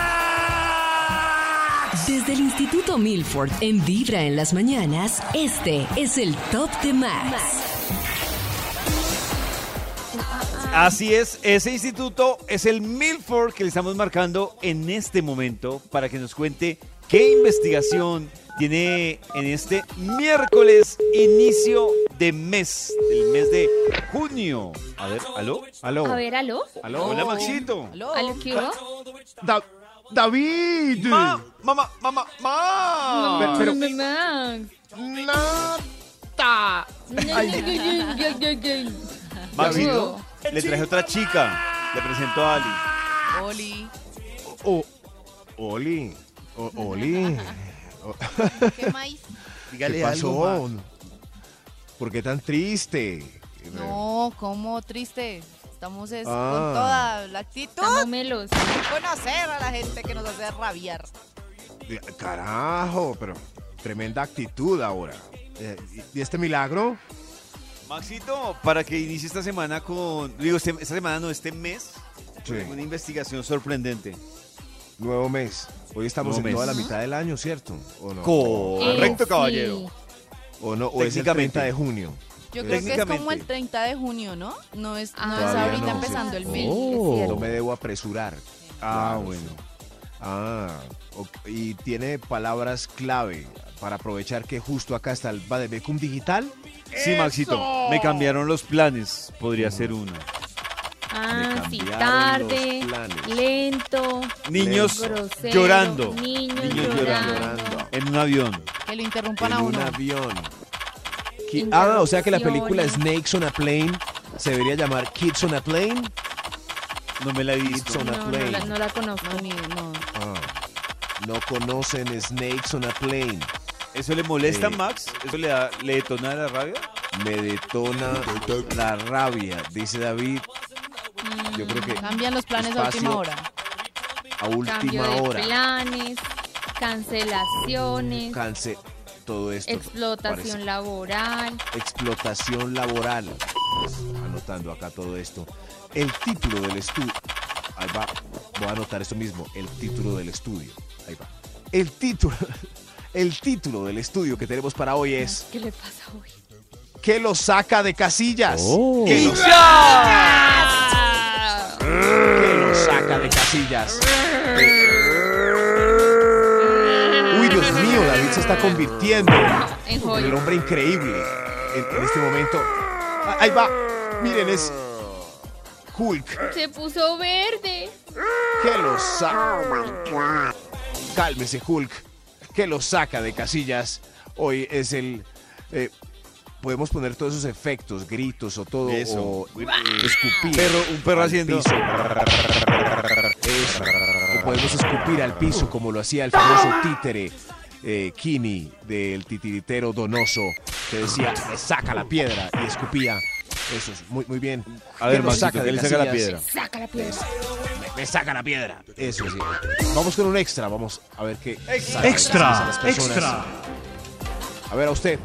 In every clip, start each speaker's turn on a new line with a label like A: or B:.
A: Desde el Instituto Milford, en Vibra en las mañanas, este es el Top de Max.
B: Así es, ese instituto es el Milford que le estamos marcando en este momento para que nos cuente qué investigación tiene en este miércoles inicio de mes, del mes de junio. A ver, aló, aló.
C: Oh.
D: A ver, aló.
B: Aló, hola Maxito.
D: ¿Aló qué hubo?
C: Da- David.
B: Ma, Ah, mamá, mamá,
C: Pero-
B: mamá.
C: pero-
D: Mm, Max.
C: Nata.
B: Maxito, le traje otra chica. Le presento a Ali.
E: Oli,
C: O- "Oh, Oli. O- Oli.
E: ¿qué más?
C: ¿Qué pasó? ¿Por qué tan triste?
E: No, como triste. Estamos es
C: Eh. Ah.
E: con toda la actitud
D: Estamos melos.
E: de conocer a la gente que nos hace rabiar.
C: Eh, Carajo, pero tremenda actitud ahora. Eh, ¿Y y este milagro?
B: Maxito, para que inicie esta semana con. Digo, este- esta semana no, este mes.
C: Sí.
B: con Una investigación sorprendente.
C: Nuevo mes. Hoy estamos
B: Nuevo mes.
C: en toda la mitad del año, ¿cierto? ¿O no?
B: Correcto,
D: Eh,
B: caballero.
D: sí.
C: ¿O no? ¿O es el
B: Técnicamente.
C: 30 de junio?
E: Yo creo que es como
B: Técnicamente.
E: el 30 de junio, ¿no? No es,
D: Ah,
E: no es
C: Todavía
E: ahorita
C: no, sí.
E: empezando el mes.
D: Oh.
C: No me debo apresurar.
B: Ah,
C: Claro,
B: bueno.
C: sí. Ah, ok. y tiene palabras clave para aprovechar que justo acá está el Bademecum Digital.
B: Sí, Maxito, me cambiaron los planes. Podría
C: Mm.
B: ser uno.
D: Ah,
C: Me
D: sí,
C: cambiaron
D: tarde,
C: los planes.
D: lento,
B: Niños
D: grosero,
B: llorando.
D: Niños,
B: Niños
D: llorando.
C: llorando.
B: en un avión.
E: Que lo interrumpan
C: En
E: a
C: un
E: uno.
C: avión. Ki- Ah, o sea que la película
D: Interrupciones.
C: Snakes on a Plane se debería llamar Kids on a Plane.
B: No me la he visto.
C: Son-
D: No, no,
C: plane.
D: la, no la conozco.
E: No, ni, no.
C: Ah, no conocen Snakes on a Plane.
B: ¿Eso le molesta,
C: Sí.
B: Max? ¿Eso le, da- le detona la rabia?
C: Me detona la rabia, dice David, yo creo que
E: Cambian los planes a última
C: espacio.
E: hora.
C: a
D: Cambio
C: última
D: de
C: hora.
D: planes, cancelaciones,
C: Canse todo esto. parece.
D: explotación laboral.
C: explotación laboral. Anotando acá todo esto. El título del estudio. Ahí va. Voy a anotar esto mismo. El título del estudio. Ahí va. El título. El título del estudio que tenemos para hoy es
D: ¿Qué le pasa hoy?
C: ¿Qué lo saca de casillas? ¿Qué, lo, qué lo saca de casillas? Uy, Dios mío, David se está convirtiendo
D: En
C: en el
D: joya.
C: hombre increíble en, en este momento. Ah, Ahí va. Miren, es Hulk.
D: Se puso verde.
C: que lo saca. Cálmese, Hulk. Que lo saca de casillas. Hoy es el. eh, podemos poner todos esos efectos, gritos o todo.
B: Eso.
C: O,
B: Un
C: escupir.
B: perro, un perro
C: al
B: haciendo.
C: piso. Eso. O podemos escupir al piso como lo hacía el famoso títere eh, Kini del titiritero Donoso, que decía, "Me saca la piedra y escupía. Eso es muy, muy bien.
B: A ver,
C: Que lo
B: Maxito, que
C: de
B: le saca la
C: casillas.
B: piedra.
D: Saca la piedra.
C: Me saca la piedra. Eso sí. Vamos con un extra, vamos a ver qué. saca de cabeza
F: Extra,
C: las personas.
F: extra.
C: A ver, a usted.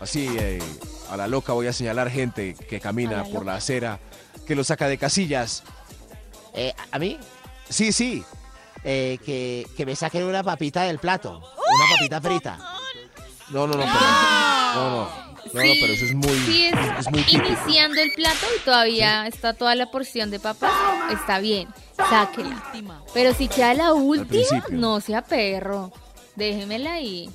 C: Así, eh, a la loca voy a señalar gente que camina
D: A la
C: por la acera, que lo saca de casillas.
G: Eh, ¿A mí?
C: Sí, sí.
G: Eh, que, que me saquen una papita del plato. Una papita frita.
C: No, no, no, pero. No, no. No, no, pero eso es muy.
D: Ah. Sí, es,
C: es muy típico.
D: iniciando el plato y todavía está toda la porción de papas. Está bien, sáquela.
E: Última.
D: Pero si queda la última,
C: principio.
D: no sea perro. Déjemela ahí.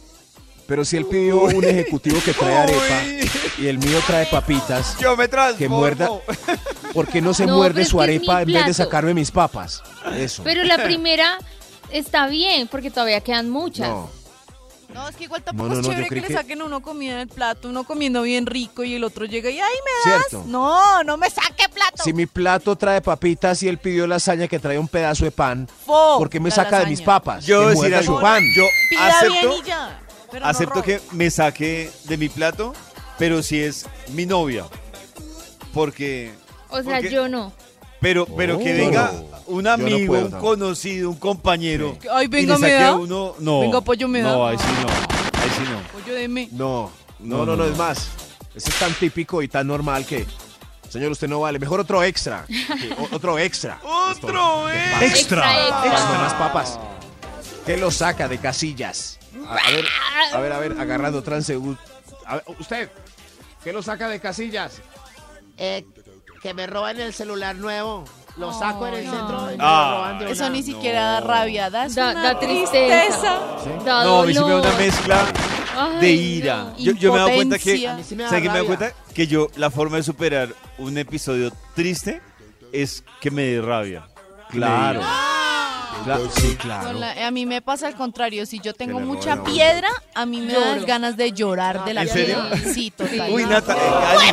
C: Pero si él pidió un ejecutivo que trae
B: Uy.
C: arepa y el mío trae papitas,
B: Yo me transformo.
C: que muerda. ¿Por qué no se
D: No, pero
C: muerde
D: es
C: su
D: que es mi
C: arepa en vez de
D: plato.
C: sacarme mis papas? Eso.
D: Pero la primera está bien porque todavía quedan muchas.
C: no.
E: No, es que igual tampoco
C: No, no,
E: es
C: no, yo
E: chévere que
C: creí
E: le
C: que-
E: saquen a uno comida en el plato, uno comiendo bien rico y el otro llega y ¡ay, me das!
C: Cierto.
E: No, no me saque plato.
C: Si mi plato trae papitas y él pidió lasaña que trae un pedazo de pan,
E: Fo,
C: ¿por qué me
E: Oh, la
C: saca de mis
E: lasaña.
C: papas?
B: Yo
C: Que
B: decir
C: muerda
B: algo.
C: su pan.
B: Yo
E: Pida bien
B: acepto,
E: y ya. pero no
B: acepto
E: robe.
B: que me saque de mi plato pero si es mi novia. Porque.
D: O sea,
B: porque-
D: yo no.
B: Pero, pero que
C: Oh.
B: venga un
C: Yo no
B: amigo,
C: puedo
B: un
C: tampoco.
B: conocido, un compañero.
E: Sí. Ay,
B: y
E: venga,
B: le
E: ¿me
B: saque
E: da?
B: uno- no.
E: Venga, pollo, ¿me
B: No,
E: da?
B: ahí sí no. Ahí sí no.
E: Pollo de me.
C: No, no, no, no, es más. Eso es tan típico y tan normal que, señor, usted no vale. Mejor otro extra. Que o- otro extra.
B: ¡Otro
C: Extra.
D: Extra, extra.
C: Cuando las papas. ¿Qué lo saca de casillas? A, a ver, a ver, a ver, agarrando transeúl. A ver, usted, ¿qué lo saca de casillas?
G: Eh, que me roban el celular nuevo. Lo saco en el
D: no.
G: centro y me
B: Ah,
G: lo roban de
E: Eso
G: una.
E: ni siquiera da rabia, da, es
D: Da-
E: una
D: da tristeza. Da
B: No, a mí sí me da una
D: dolor.
B: mezcla de
D: Ay,
B: ira.
D: no.
B: Yo, yo me he dado cuenta que.
E: Impotencia. A
G: mí sí me da
B: ¿sabe qué me he dado
G: rabia.
B: cuenta? Que yo, la forma de superar un episodio triste es que me dé rabia.
C: Claro.
B: Me dé
C: Cla- sí, claro.
E: Con la- a mí me pasa al contrario, si yo tengo
C: le
E: mucha
C: roben a uno.
E: piedra, a mí me dan
D: Lloro.
E: ganas de llorar de la
B: ¿En serio?
E: piedra. Sí,
B: ira.
E: total.
B: Uy, Nata, eh, Ali.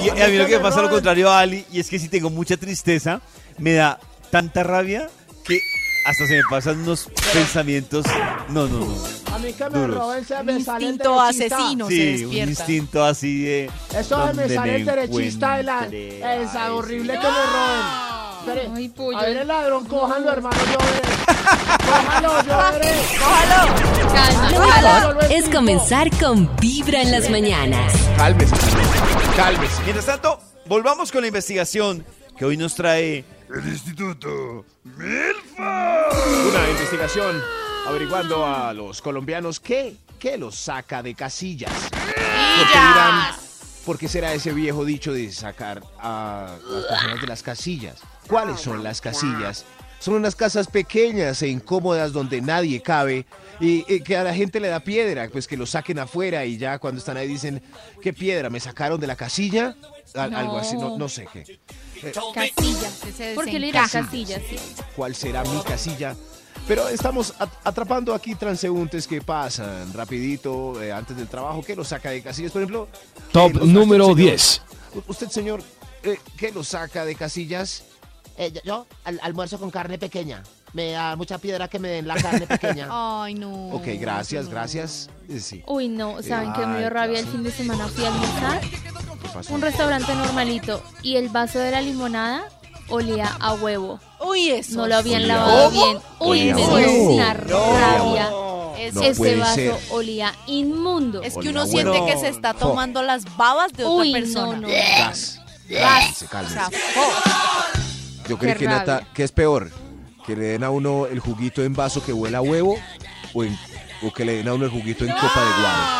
B: Y eh, a mí lo que me pasa lo contrario a Ali, y es que si tengo mucha tristeza, me da tanta rabia que hasta se me pasan unos pensamientos. No, no, no.
G: A mí que me
B: Duros.
G: roben se
E: Un
G: me sale el
E: instinto
G: derechista.
E: asesino se
B: sí, un
E: despierta.
B: instinto así de.
G: Eso de me
B: ¿dónde
G: sale el derechista de la.
B: encuentre? Ay,
G: Esa
B: sí.
G: horrible que me roben. Espere,
D: Ay, pollo.
G: a ver el ladrón, cójanlo, hermano, yo veré. Cójanlo, yo veré.
D: Calma,
A: Lo
D: calma.
A: mejor es comenzar con vibra en las mañanas.
C: Cálmese, cálmese.
B: Mientras tanto, volvamos con la investigación que hoy nos trae
C: Una investigación averiguando a los colombianos qué, qué los saca de casillas. Porque dirán, ¿por qué será ese viejo dicho de sacar a las personas de las casillas? ¿Cuáles son las casillas? Son unas casas pequeñas e incómodas donde nadie cabe y, y que a la gente le da piedra, pues que lo saquen afuera y ya cuando están ahí dicen, ¿qué piedra? ¿Me sacaron de la casilla? Al- Algo así, no, no sé qué.
D: Casillas.
E: Ese
D: ¿Por qué le irá
E: desencasillas.
D: casillas? Sí.
C: cuál será mi casilla. Pero estamos at- atrapando aquí transeúntes que pasan rapidito eh, antes del trabajo, que los saca de casillas, por ejemplo.
H: Top
C: eh, los-
H: número
C: usted, señor-
H: 10.
C: u- Usted, señor, eh, ¿qué lo saca de casillas?
G: Eh, yo- yo al- almuerzo con carne pequeña. Me da mucha piedra que me den la carne pequeña.
E: Ay, no.
C: Ok, gracias, gracias. Eh, sí,
D: Uy, no, ¿saben qué me
C: Ay,
D: dio rabia el
C: claro.
D: fin de semana? Fui a almorzar,
C: ¿qué pasó?
D: un restaurante normalito, y el vaso de la limonada olía a huevo.
E: Uy, eso.
D: No lo habían
C: Olía a
D: lavado
E: huevo.
D: bien. Uy,
C: Olía a
D: me
E: huevo.
D: dio una rabia.
E: Eso.
C: No
D: Ese
C: puede
D: vaso
C: ser.
D: olía inmundo.
E: Es que
C: Olía
E: uno
C: a
E: siente
B: huevo.
E: que se está tomando las babas de otra
D: Uy, no,
E: persona.
D: no.
C: Gas.
E: Gas.
C: Cálmense,
E: O sea,
C: cálmense.
E: oh,
C: Yo creo
D: qué
C: que Nata,
D: rabia.
C: ¿qué es peor? ¿Que le den a uno el juguito en vaso que huela a huevo o, en- o que le den a uno el juguito en copa de guaro?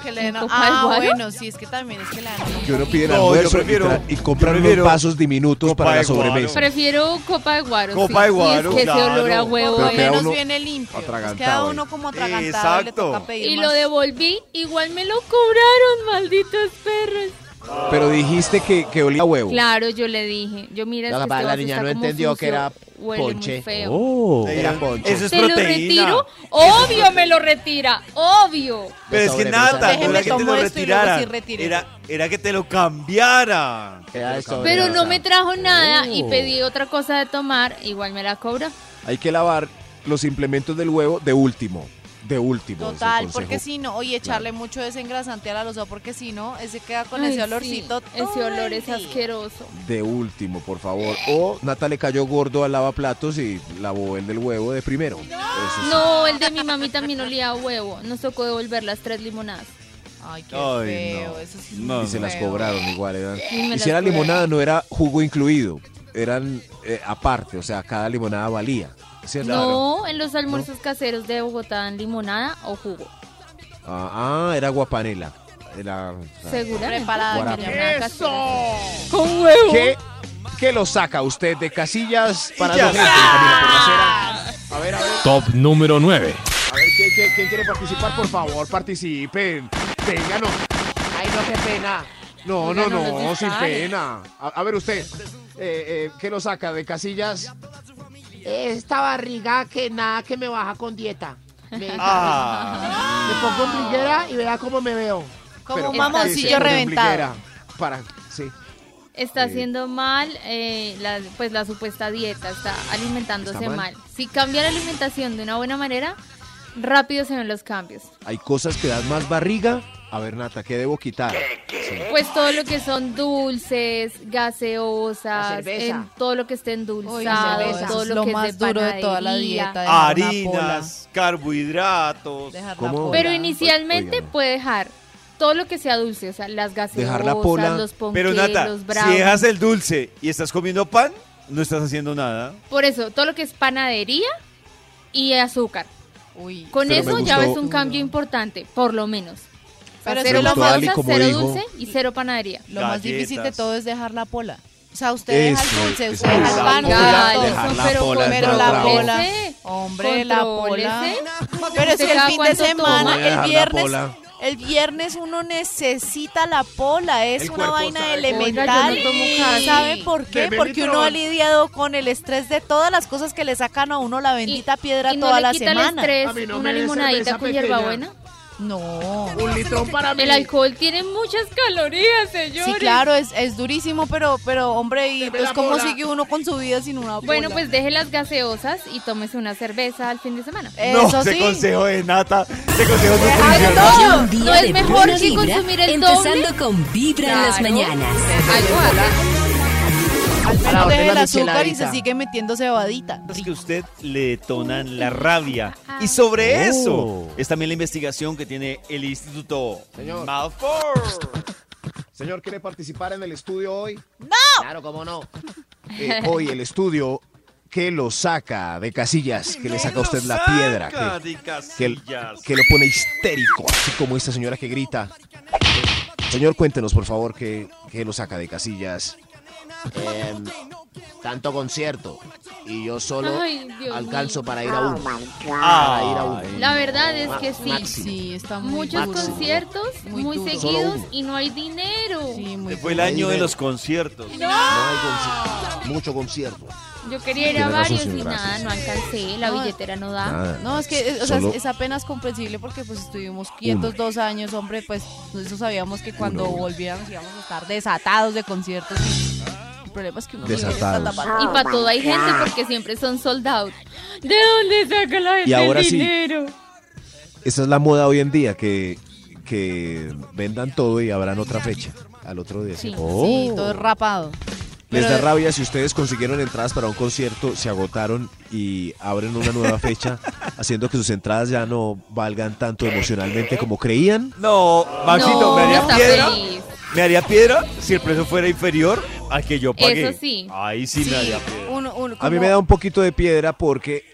E: que le den
D: ¿Un copa de
E: Ah,
D: guaro?
E: bueno, sí, es que también es que le dan un
C: Que uno pide el
B: No, yo
C: almuerzo y
B: prefiero-
C: tra- y,
B: yo
C: compran unos
B: prefiero
C: vasos diminutos
B: copa
C: para la
B: de guaro.
C: sobremesa.
D: Prefiero copa de guaro.
B: Copa
D: sí.
B: de
D: Y
B: guaro,
D: es que ese olor a
B: claro.
D: huevo
E: Por lo
C: Pero queda
D: era-
E: menos
C: uno
E: viene limpio. Pues queda
C: atragantado.
E: uno como atragantado y le
B: Exacto.
E: toca pedir
D: Y
E: más.
D: lo devolví, igual me lo cobraron, malditos perros.
C: Pero dijiste que, que olía a huevo.
D: Claro, yo le dije. Yo mira, es
G: La
D: que
G: papá,
D: este
G: la
D: vaso
G: niña
D: está
G: no
D: como
G: entendió
D: sucio,
G: que era
D: huele muy
G: ponche.
D: feo.
C: Era ponche.
B: Eso es
D: ¿Se lo
B: proteína.
D: retiro? Obvio me lo retira, obio.
B: Pero es que nada, no
E: Déjeme
B: era que te
E: tomo
B: lo
E: esto y luego
B: retirara.
E: sí retiro.
B: Era, era que te lo cambiara.
G: Era esto,
D: Pero
G: era
D: no
G: esa.
D: me trajo nada y pedí otra cosa de tomar, igual me la cobra.
C: Hay que lavar los implementos del huevo de último. De último. es el
E: Total,
C: consejo.
E: porque si no, oye, echarle mucho desengrasante a la losa, porque si no, ese queda con
D: Ay,
E: ese
D: sí,
E: olorcito.
D: Ese
E: todo
D: olor
E: el
D: es
E: día.
D: asqueroso.
C: De último, por favor. O Nata le cayó gordo al lavaplatos y lavó el del huevo de primero. Eso sí.
D: No, el de mi mami también olía a huevo. Nos tocó devolver las tres limonadas.
E: Ay, qué
B: Ay,
E: feo.
B: no.
E: Eso sí.
B: No,
C: Y se las
E: Feo.
C: cobraron igual. eran-
D: Sí, me
C: Y
D: las
C: si era
D: cobraron.
C: limonada, no era jugo incluido. Eran eh, aparte, o sea, cada limonada valía. ¿cierto?
D: No, en los almuerzos caseros de Bogotá dan limonada o jugo.
C: Ah, ah, era guapanela. Era,
D: Segura.
E: Preparada, mi
D: Limonada
E: hermana.
D: casera.
C: ¿Qué, qué lo saca usted de casillas para
B: ya.
C: dos gente que camina por la acera? A ver, a ver,
H: Top número 9.
C: a ver, ¿quién, quién- quién quiere participar? Por favor, participen. Vengan, no.
G: Ay, no, qué pena.
C: No, no,
D: Oiga, no
C: no,
D: los
C: sin
D: disparen.
C: pena. A, a ver usted, eh, eh, ¿qué lo saca de casillas?
G: Esta barriga que nada que me baja con dieta. Me,
B: Ah.
G: me pongo en brillera y vea cómo me veo.
E: Como
C: Pero,
E: un
C: ¿para qué se
E: mamoncillo
C: pone
E: reventado.
C: ombliguera? Para, sí.
D: Está
C: Sí.
D: haciendo mal eh, la, pues la supuesta dieta, está alimentándose
C: Está mal.
D: mal. Si cambia la alimentación de una buena manera, rápido se ven los cambios.
C: Hay cosas que dan más barriga A ver, Nata, ¿qué debo quitar?
D: Pues todo lo que son dulces,
G: La
D: gaseosas,
G: cerveza.
D: en todo lo que esté
E: Uy, la
D: endulzado,
E: cerveza.
D: todo
E: Es
D: lo,
E: lo
D: que
E: más
D: es de
E: duro de toda la
D: panadería.
E: dieta. dejar una
B: Harinas, carbohidratos.
E: pola, dejar la
C: ¿Cómo?
E: pola.
D: Pero inicialmente
C: Oiga, no.
D: puede dejar todo lo que sea dulce, o sea, las gaseosas,
C: Dejar la pola.
D: los ponques,
B: Pero Nata,
D: los
B: si
D: brownies.
B: dejas el dulce y estás comiendo pan, no estás haciendo nada.
D: Por eso, todo lo que es panadería y azúcar.
E: Uy.
D: Con
C: Pero me
D: eso ya
C: gustó-
D: ves un cambio importante, por lo menos. O sea,
E: Pero
D: cero
E: es que lo
D: gaseosa,
C: Ali, como
D: cero
C: dijo-
D: dulce y cero panadería.
E: Lo más difícil de
B: Galletas.
E: todo es dejar la pola. O sea, usted deja
C: Eso,
E: el dulce, usted
C: eso.
E: deja el pan,
C: Dejar
E: deja
C: la
E: todo.
C: dejar la
D: pero
C: pola es
E: Pero
C: más
E: la
C: bravo.
E: pola.
D: Contrólese,
E: Hombre, la pola.
D: contrólese.
E: Pero es
D: ¿Usted
E: que el
D: cada
E: fin de
D: cuánto toma?
C: ¿Cómo voy a
E: semana, el
C: dejar la
E: viernes,
C: pola?
E: el viernes uno necesita la pola, es
C: El
E: una
C: cuerpo
E: vaina
C: sabe.
E: elemental.
D: Oiga, yo no tomo casi.
E: ¿Saben por qué?
C: Deme
E: Porque uno
C: Nitrol.
E: ha lidiado con el estrés de todas las cosas que le sacan a uno la bendita piedra
D: y no
E: toda
D: le
E: la
D: quita el
E: semana.
D: estrés,
C: A mí no me
D: una
C: dé
D: limonadita
C: cerveza
D: con
C: pequeña.
D: hierbabuena.
E: No.
C: Un litrón para
D: El alcohol tiene muchas calorías, señores.
E: Sí, claro, es, es durísimo, pero, pero hombre, ¿y
C: Deme
E: pues
C: la
E: cómo
C: pola.
E: sigue uno con su vida sin una pola?
D: Bueno, pues deje las gaseosas y tómese una cerveza al fin de semana.
E: eso
B: no, ese
E: sí.
B: consejo de Nata, ese consejo no
E: Deja de
B: funciona.
E: todo.
A: Un día
D: ¿No es
A: de
D: mejor
A: buena
D: que
A: vibra,
D: consumir el
A: Empezando con Vibra en las
D: Claro.
A: mañanas.
D: Algo hace.
E: Al
G: A
E: menos
G: la orden
E: deja el
G: la
E: azúcar y se
G: micheladita.
E: sigue metiendo cebadita.
B: Cosas que a usted le detonan la rabia. Y sobre eso
C: Oh.
B: es también la investigación que tiene el Instituto
G: Señor.
B: Malfour.
C: Señor, ¿quiere participar en el estudio hoy?
G: Claro, cómo no.
B: Oh
C: Eh, hoy el estudio que lo saca de casillas, que le saca a usted la piedra, que, que, el- que lo pone histérico, así como esta señora que grita. Señor, cuéntenos, por favor, que, que lo saca de casillas.
G: Em, tanto concierto y yo solo
D: Ay, Dios
G: alcanzo
D: mío.
G: para ir a uno.
B: Ah,
G: Para ir a uno.
D: La verdad es que sí.
G: Máximo.
E: Sí, está muy
D: Muchos
E: duro.
D: conciertos, muy,
E: Muy duro.
D: seguidos
G: Solo uno.
D: y no hay dinero.
E: Sí, muy
B: se fue el
E: duro.
B: año de los conciertos.
G: No hay concierto, mucho concierto.
D: Yo quería ir a
C: Tiene razón,
D: varios y
C: señora,
D: nada,
C: sí.
D: no alcancé, la
E: No,
D: billetera no da.
C: Nada.
E: No, es que eh, o sea, es-
C: Solo-
E: es apenas comprensible porque pues estuvimos quietos dos años, hombre, pues nosotros sabíamos que cuando
C: Uno.
E: volviéramos íbamos a estar desatados de conciertos. El problema es que uno no quiere estar
C: Desatados.
E: tapado.
D: Y para todo hay gente porque siempre son sold out. ¿De dónde saca la gente
C: Y ahora
D: el
C: sí.
D: dinero?
C: Esa es la moda hoy en día, que, que vendan todo y habrán otra fecha al otro día. Oh.
D: Sí.
E: Sí, todo es rapado.
C: Les
E: Pero-
C: da rabia si ustedes consiguieron entradas para un concierto, se agotaron y abren una nueva fecha, haciendo que sus entradas ya no valgan tanto emocionalmente como creían.
B: No, Maxito,
D: No,
B: me haría
D: está
B: piedra.
D: feliz.
B: Me haría piedra si el precio fuera inferior al que yo pagué.
D: Eso sí.
B: Ahí sí, me haría piedra.
E: Uno- uno
C: A mí
E: como-
C: me da un poquito de piedra porque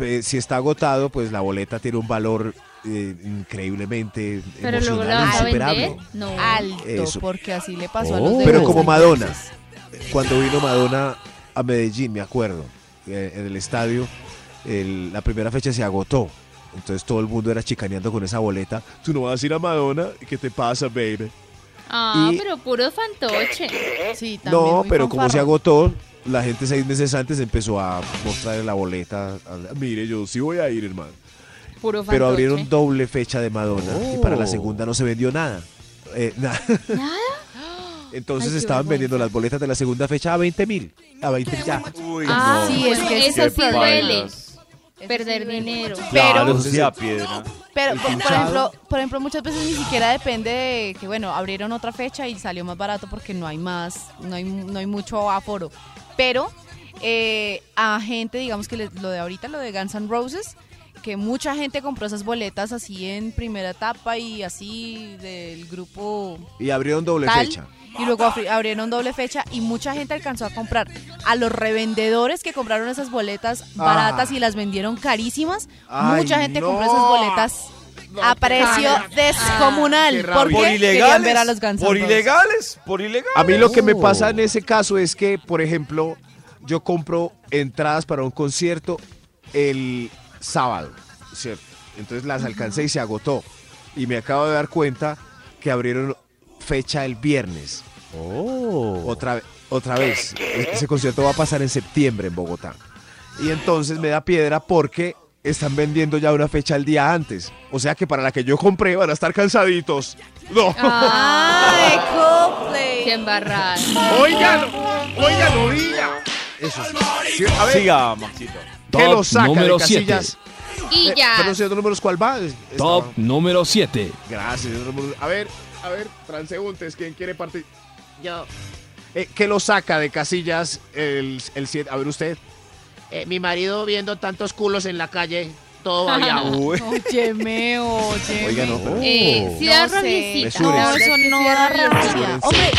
C: eh, si está agotado, pues la boleta tiene un valor eh, increíblemente
D: Pero luego
C: emocional,
D: la vas a vender.
C: insuperable.
D: No.
E: alto,
C: Eso.
E: porque así le pasó a
C: Oh.
E: los de
C: Pero
E: Guns
C: como
E: N'
C: Madonna.
E: Roses.
C: Cuando vino Madonna a Medellín, me acuerdo, eh, en el estadio, el- la primera fecha se agotó. Entonces todo el mundo era chicaneando con esa boleta. Tú no vas a ir a Madonna, ¿qué te pasa, baby?
D: Ah,
C: Y-
D: pero puro fantoche.
E: Sí, también
C: No,
E: muy
C: pero como se
E: fanfarrón.
C: agotó, la gente seis meses antes empezó a mostrar la boleta. a- Mire, yo sí voy a ir, hermano.
D: Puro fantoche.
C: Pero abrieron doble fecha de Madonna y para la
D: Oh.
C: segunda no se vendió nada. Eh, na- Entonces
D: Ay, qué
C: estaban
D: vergüenza.
C: vendiendo las boletas de la segunda fecha a 20 mil. A 20 ya.
B: Uy,
D: Ah,
E: no.
D: sí, es que eso
B: qué
D: sí duele.
B: vainas.
D: Perder dinero.
B: Claro,
C: Pero-
B: eso sí da piedra.
E: Pero,
C: El
E: por, por
C: pinchado.
E: ejemplo, por ejemplo, muchas veces ni siquiera depende de que, bueno, abrieron otra fecha y salió más barato porque no hay más, no hay, no hay mucho aforo. Pero eh, a gente, digamos que le- lo de ahorita, lo de Guns N' Roses, que mucha gente compró esas boletas así en primera etapa y así del grupo
C: Y abrieron doble
E: tal,
C: fecha.
E: Y luego afri- abrieron doble fecha y mucha gente alcanzó a comprar. A los revendedores que compraron esas boletas baratas y las vendieron carísimas,
C: Ah. Ay,
E: mucha gente compró
C: no.
E: esas boletas a precio
C: Qué
E: descomunal.
C: rabia.
E: Porque
B: Por
E: querían ver a
B: ilegales.
E: los Guns N'
B: Por
E: Roses.
B: ilegales. Por ilegales.
C: A mí lo que me pasa en ese caso es que, por ejemplo, yo compro entradas para un concierto el sábado, ¿cierto? Entonces las alcancé y se agotó. Y me acabo de dar cuenta que abrieron fecha el viernes. Otra, ve- otra vez. E- Ese concierto va a pasar en septiembre en Bogotá. Y entonces me da piedra porque están vendiendo ya una fecha el día antes. O sea que para la que yo compré van a estar cansaditos. No.
D: Ah,
E: Ay, Coldplay.
D: qué embarrada.
C: Oigan, oigan, oigan. Eso sí. Sí, A ver,
B: Siga, Maxito.
C: ¿qué lo saca de casillas?
D: Y
C: Eh,
D: ya.
C: Perdón, señor números, ¿cuál va? Es- esta
H: Top
C: va.
H: número 7.
C: Gracias, señor números. A ver, a ver, transeúntes, ¿quién quiere partir?
G: Yo,
C: Eh, ¿Qué lo saca de casillas el 7? A ver usted.
G: eh, mi marido viendo tantos culos en la calle, todo babiado.
C: Uy.
E: Óyeme, óyeme.
C: Oiga, no, pero-
D: Eh, sí da
E: No sé.
D: rabiecita.
C: Mesures.
E: No, eso no da rabia.
C: Mesures.
E: Hombre,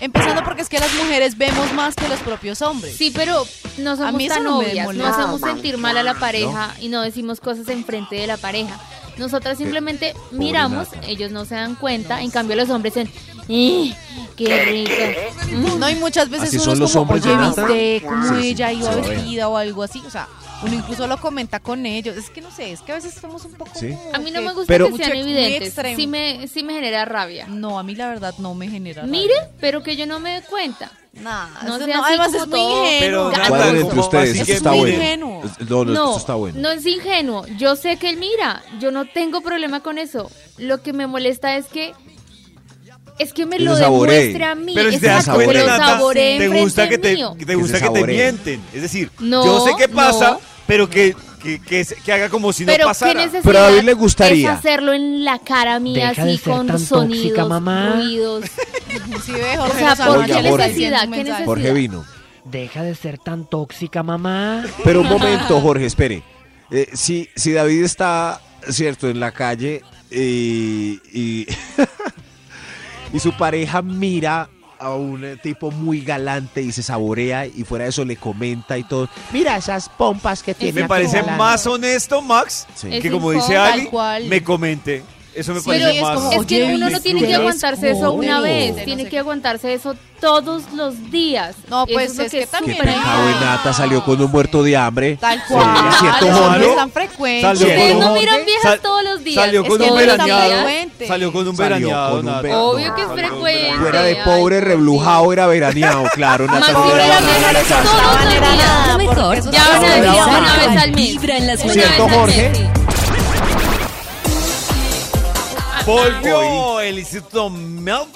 E: empezando porque es que las mujeres vemos más que los propios hombres.
D: Sí, pero no
E: A
D: somos
E: mí eso
D: tan
E: no me
D: obvias, no
E: molesta.
D: hacemos sentir mal a la pareja y no decimos cosas enfrente de la pareja.
E: Eh,
D: Nosotras simplemente miramos,
C: Nata.
D: ellos no se dan cuenta, en cambio los hombres dicen, "Eh, ¡qué rico! Mm,
E: No, y muchas veces
C: Así
E: uno
C: son
E: es
C: los
E: como,
C: hombres,
E: oye,
C: Renata".
E: viste cómo
C: Sí, sí,
E: ella iba
C: se lo
E: vestida o algo así. O sea, uno incluso lo comenta con ellos. Es que no sé, es que a veces somos un poco...
C: Sí.
E: como
D: A mí no
E: que-
D: me gusta
C: Pero-
D: que sean
E: Muy
D: evidentes,
E: extremo.
D: sí me, sí me genera rabia.
E: No, a mí la verdad no me genera rabia.
D: Miren, pero que yo no me dé cuenta.
E: Nah,
D: No
E: eso
D: sea así
E: además es
D: como
E: muy
D: todo.
E: ingenuo.
B: Pero
D: Ya,
B: Nata,
C: ¿Cuál
D: no,
C: de
B: ¿cómo
C: entre ustedes?
B: así
C: Este
B: que
C: está
E: muy
C: bueno.
E: ingenuo.
C: Es- No, no, esto
D: No,
C: está bueno.
D: no es ingenuo. Yo sé que él mira. Yo no tengo problema con eso. Lo que me molesta es que es que me
C: Que
D: lo
C: se saboree.
D: demuestre a mí.
B: Pero si te das
D: Exacto, que
B: cuenta,
D: lo
B: Nata,
D: saboree
B: te
D: enfrente
B: gusta que te,
D: mío.
B: que te
C: Que
B: gusta
C: se
B: que te
C: saboree.
B: mienten. Es decir,
D: No,
B: yo sé qué pasa,
D: no.
B: pero que, que, que se- que haga como si
D: Pero
B: no
D: qué
B: pasara.
D: necesidad
C: Pero a David le gustaría.
D: es hacerlo en la cara mía
F: Deja
D: así
F: de ser
D: con
F: tan tóxica,
D: sonidos,
F: mamá.
D: ruidos.
E: Sí, ve,
D: O
E: Jorge,
D: sea,
E: nos
D: ¿por
E: anoche
C: qué
E: le está
C: necesidad?
E: diciendo un
D: ¿Qué
E: mensaje.
D: necesidad?
C: Jorge vino.
F: Deja de ser tan tóxica, mamá.
C: Pero un momento, Jorge, espere. Eh, si, si David está, cierto, en la calle y, y, y su pareja mira a un eh, tipo muy galante y se saborea y fuera de eso le comenta y todo.
G: Mira esas pompas que tiene.
B: Me
G: aquí,
B: parece
G: galán.
B: más honesto, Max,
C: Sí.
D: Es
B: que como
D: incómodo,
B: dice
D: tal
B: Ali,
E: cual.
B: me comente. Eso me
E: Sí,
D: Pero
B: parece
E: es
B: más.
E: como,
D: es que
E: Oye,
D: uno no tiene que
E: disculpa.
D: aguantarse eso una
F: No.
D: vez,
E: No sé
D: tiene que
E: qué.
D: aguantarse eso todos los días.
E: No, pues,
D: eso
E: es que
C: Qué
E: también
D: superan.
C: pecado, Nata salió con un muerto de hambre.
E: Tal
C: Sí,
E: cual.
C: es cierto,
E: los hombres
B: Jaro.
E: tan frecuentes.
B: Salió
D: Ustedes
B: con
D: no
B: un-
D: miran viejas
B: sal-
D: todos los días.
B: Salió
D: Es
B: con
D: que
B: un
D: no miran
B: veraneado.
D: viejas.
E: frecuente.
B: Salió con un
C: Salió
B: veraneado.
C: con un
B: Nata.
C: ve-
D: Obvio que es
B: Salió con un
D: frecuente.
B: veraneado.
C: Fuera de
D: Ay,
C: pobre,
D: por
C: reblujado, era veraneado, claro.
D: Más
C: Natalia.
D: si
E: Natalia,
D: miran viejas
E: Natalia,
D: todos los
E: Natalia,
D: días.
E: Natalia,
A: Lo mejor,
E: porque eso
D: Ah, Ya
E: está
D: van a
E: bueno.
D: decir una
A: Ahora,
D: vez al mes.
A: Vibra en las
D: Una
A: mañanas.
D: vez al
C: ¿Cierto, Jorge?
D: mes, sí.
B: Volvió el Instituto Melbourne.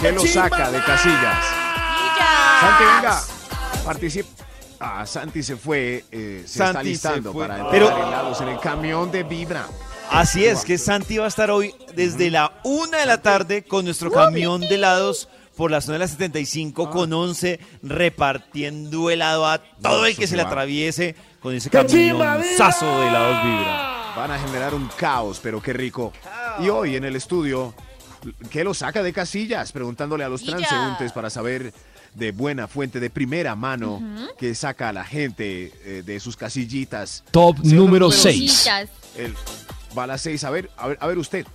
C: ¿Qué lo saca de casillas? Santi, venga. Participa. Ah, Santi se fue, eh, se está
B: Santi
C: listando
B: se fue.
C: para
B: Pero-
C: entregar helados en el camión de Vibra.
B: Así es, que Santi va a estar hoy desde la una de la tarde con nuestro camión de helados por la zona de la 75
D: Ah.
B: con 11 repartiendo helado a todo el que se le atraviese con ese camionzazo de helados vibra.
C: Van a generar un caos, pero qué rico. Y hoy en el estudio, ¿qué lo saca de casillas? Preguntándole a los
E: Casillas.
C: transeúntes para saber de buena fuente, de primera mano, qué saca a la gente eh, de sus casillitas.
H: Top número
D: Pero
H: 6.
D: chiquitas.
C: El, va a las seis, a ver, a ver, a ver usted,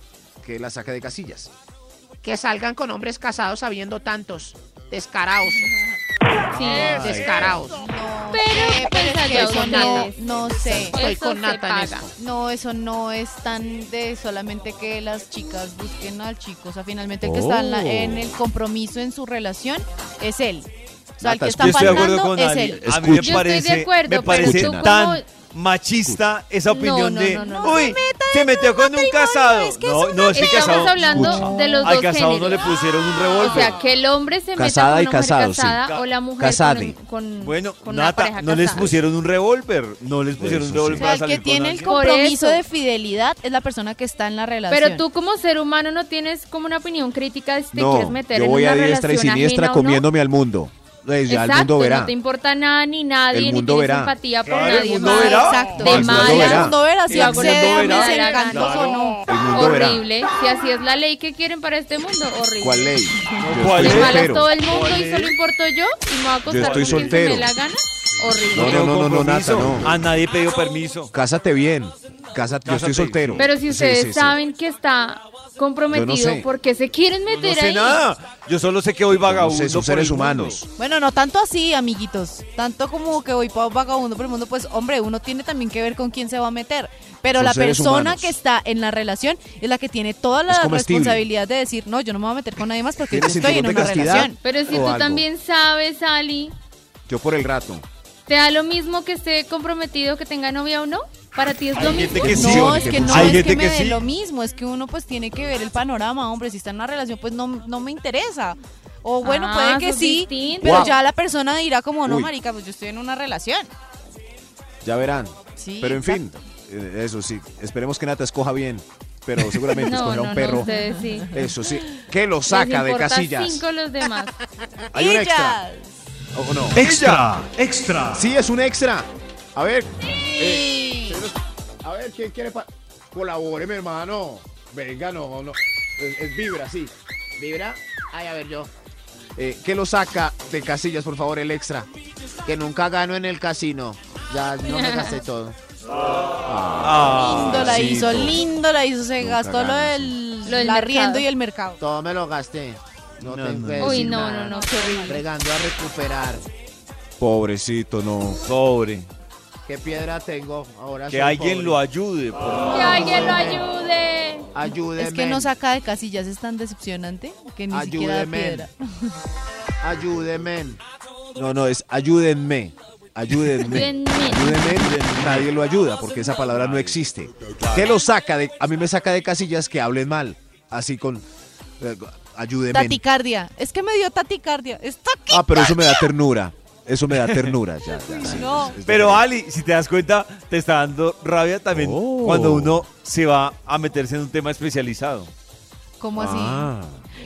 C: ¿qué la saca de casillas?
G: Que salgan con hombres casados sabiendo tantos. Descarados.
D: Sí.
C: Eh,
G: Descarados.
E: No
D: Pero,
E: sé,
D: pues,
E: es que
D: allá
E: eso no,
D: ustedes.
E: no sé.
G: Estoy
D: Eso
G: con
D: se
G: Nata en
D: paga.
G: esto.
E: No, eso no es tan de solamente que las chicas busquen al chico. O sea, finalmente el que está
B: Oh.
E: en, la- en el compromiso en su relación es él. O sea,
C: Nata,
E: el que
C: Yo
E: está
B: Yo estoy de acuerdo
E: faltando
B: con
E: es
B: Ali. eh,
E: él.
C: él.
B: A mí me
C: Escuchen.
D: Yo estoy
B: parece,
D: de acuerdo,
B: me
D: pero
B: parece
D: tú como-
B: tan machista esa opinión
D: No, no,
B: de
D: no, no, no.
B: uy se metió con un casado
E: es que es
B: no
E: una
B: no es que
D: Estamos
B: casado
D: hablando
C: Escucha.
D: de los
B: al
D: dos
B: casado no le
D: géneros.
B: pusieron un
D: O
B: revólver
D: sea, que el hombre se
C: Casada y
D: meta con una
C: casado,
D: mujer
C: sí.
D: casada
B: Ca-
D: o la mujer
C: casade.
D: con, con-
B: bueno
D: con una
B: Nata
D: pareja
B: no les
D: casada.
B: pusieron un revólver no les pusieron
C: Eso
B: un
C: sí.
B: revólver
E: O sea,
B: para
E: el
B: salir
E: que
B: con
E: tiene el
B: alguien.
D: Por
E: compromiso
D: eso.
E: de fidelidad es la persona que está en la relación.
D: Pero tú como ser humano no tienes como una opinión crítica de si te quieres meter
C: yo
D: en
C: voy
D: una
C: a diestra y
D: relación
C: siniestra
D: ajena o no.
C: comiéndome al mundo. Pues ya
D: Exacto,
C: el mundo verá.
D: no te importa nada ni nadie,
C: El
D: ni
C: mundo
D: tienes
C: verá.
D: empatía por
B: Claro, el
D: nadie
B: mundo
D: más.
B: verá.
E: Exacto.
D: De
E: El
D: mala.
E: mundo verá si
D: El mundo
E: accede a mis
D: verá.
E: encantos o no.
C: el mundo verá.
D: Horrible. Si así es la ley que quieren para este mundo, horrible.
C: ¿Cuál ley? Yo
B: ¿cuál
C: estoy
B: ley?
D: ¿Te jalas
C: soltero.
D: todo el mundo
B: ¿Cuál
D: y
B: es?
D: solo importo yo y me voy a acostar
C: estoy
D: con quien se
C: soltero.
D: me dé la gana? Horrible.
C: No, no, no, no, no, Nata,
B: Compromiso.
C: no.
B: A nadie pidió permiso.
C: Cásate bien. Cásate,
B: Cásate.
C: yo estoy soltero.
D: Pero si
C: Sí,
D: ustedes
C: sí, sí.
D: saben que está comprometido,
C: Yo no sé.
D: ¿por qué se quieren
B: No
D: meter
B: sé
D: ahí?
B: nada. Ah, Yo solo sé que hoy
C: No
B: vagabundo.
C: sé, son
B: por
C: seres
B: el mundo.
C: humanos.
E: Bueno, no tanto así, amiguitos. Tanto como que voy para vagabundo por el mundo, pues hombre, uno tiene también que ver con quién se va a meter. Pero
C: Son
E: la
C: seres
E: persona
C: humanos.
E: que está en la relación es la que tiene toda
C: Es
E: la
C: comestible.
E: responsabilidad de decir, no, yo no me voy a meter con nadie más porque yo
C: Tiene
E: estoy en
C: cinturón de
E: una
C: castidad.
E: relación.
D: Pero si
C: O
D: tú
C: algo.
D: también sabes, Ali,
C: Yo por el rato.
D: ¿te da lo mismo que esté comprometido, que tenga novia o no? ¿Para ti es lo
B: Hay gente
D: mismo?
B: que sí.
E: No, es que no
B: Hay
E: es
B: gente
E: que
B: que
E: me dé
B: sí.
E: lo mismo, es que uno pues tiene que ver el panorama, hombre, si está en una relación pues no, no me interesa. O bueno,
D: Ah,
E: puede que
D: eso es
E: sí,
D: distinto.
E: pero
C: Wow.
E: ya la persona dirá como, no,
C: Uy.
E: marica, pues yo estoy en una relación.
C: Ya verán.
E: Sí,
C: Pero en fin, Eh, Eso sí, esperemos que Nata escoja bien, pero seguramente
D: No,
C: escogerá
D: no,
C: un
D: no,
C: perro.
D: ustedes sí.
C: Eso sí, que lo
D: Les
C: saca de
D: importa
C: casillas.
D: cinco los demás.
C: Hay un extra.
E: Illas.
C: ¿O no?
H: Extra, extra.
C: Sí, es un extra. A ver,
G: Eh,
I: A ver, ¿quién quiere? pa- Colabore, mi hermano. Venga, no, no. Es, es vibra, sí.
G: ¿Vibra? Ay, a ver, yo.
C: eh, ¿qué lo saca de casillas, por favor, el extra?
G: Que nunca gano en el casino. Ya no me gasté todo.
B: Ah,
E: Lindo la
C: sí,
E: hizo,
C: todo.
E: lindo la hizo. Se
C: Nunca
E: gastó lo
C: ganas,
E: del,
D: Lo del
E: la arriendo
D: mercado.
E: y el mercado.
G: Todo me lo gasté. No,
B: No,
G: tengo
B: no,
G: que
B: no.
D: Uy,
G: decir
D: no,
G: nada.
D: no, no, qué horrible.
G: Regando a recuperar.
C: Pobrecito, no.
B: Pobre.
G: ¿Qué piedra tengo? Ahora
B: Que
G: soy
B: alguien
G: pobre.
B: lo ayude. por favor.
D: Que alguien lo ayude.
G: Ayúdeme.
E: Es que no saca de casillas, es tan decepcionante que ni siquiera da
G: Ayúdeme.
E: piedra.
G: Ayúdeme.
C: No, no, es ayúdenme. Ayúdenme.
D: Ayúdenme.
C: Ayúdenme. Nadie lo ayuda porque esa palabra no existe. ¿Qué lo saca de.? A mí me saca de casillas que hablen mal. Así con. eh, Ayúdenme.
E: Taticardia. Es que me dio taticardia. Está aquí.
C: Ah, pero eso me da ternura. Eso me da ternura. Ya, ya, sí,
E: No.
C: es- es
B: Pero
C: diferente.
B: Ali, si te das cuenta, te está dando rabia también
C: Oh.
B: cuando uno se va a meterse en un tema especializado.
E: ¿Cómo así?
C: Ah,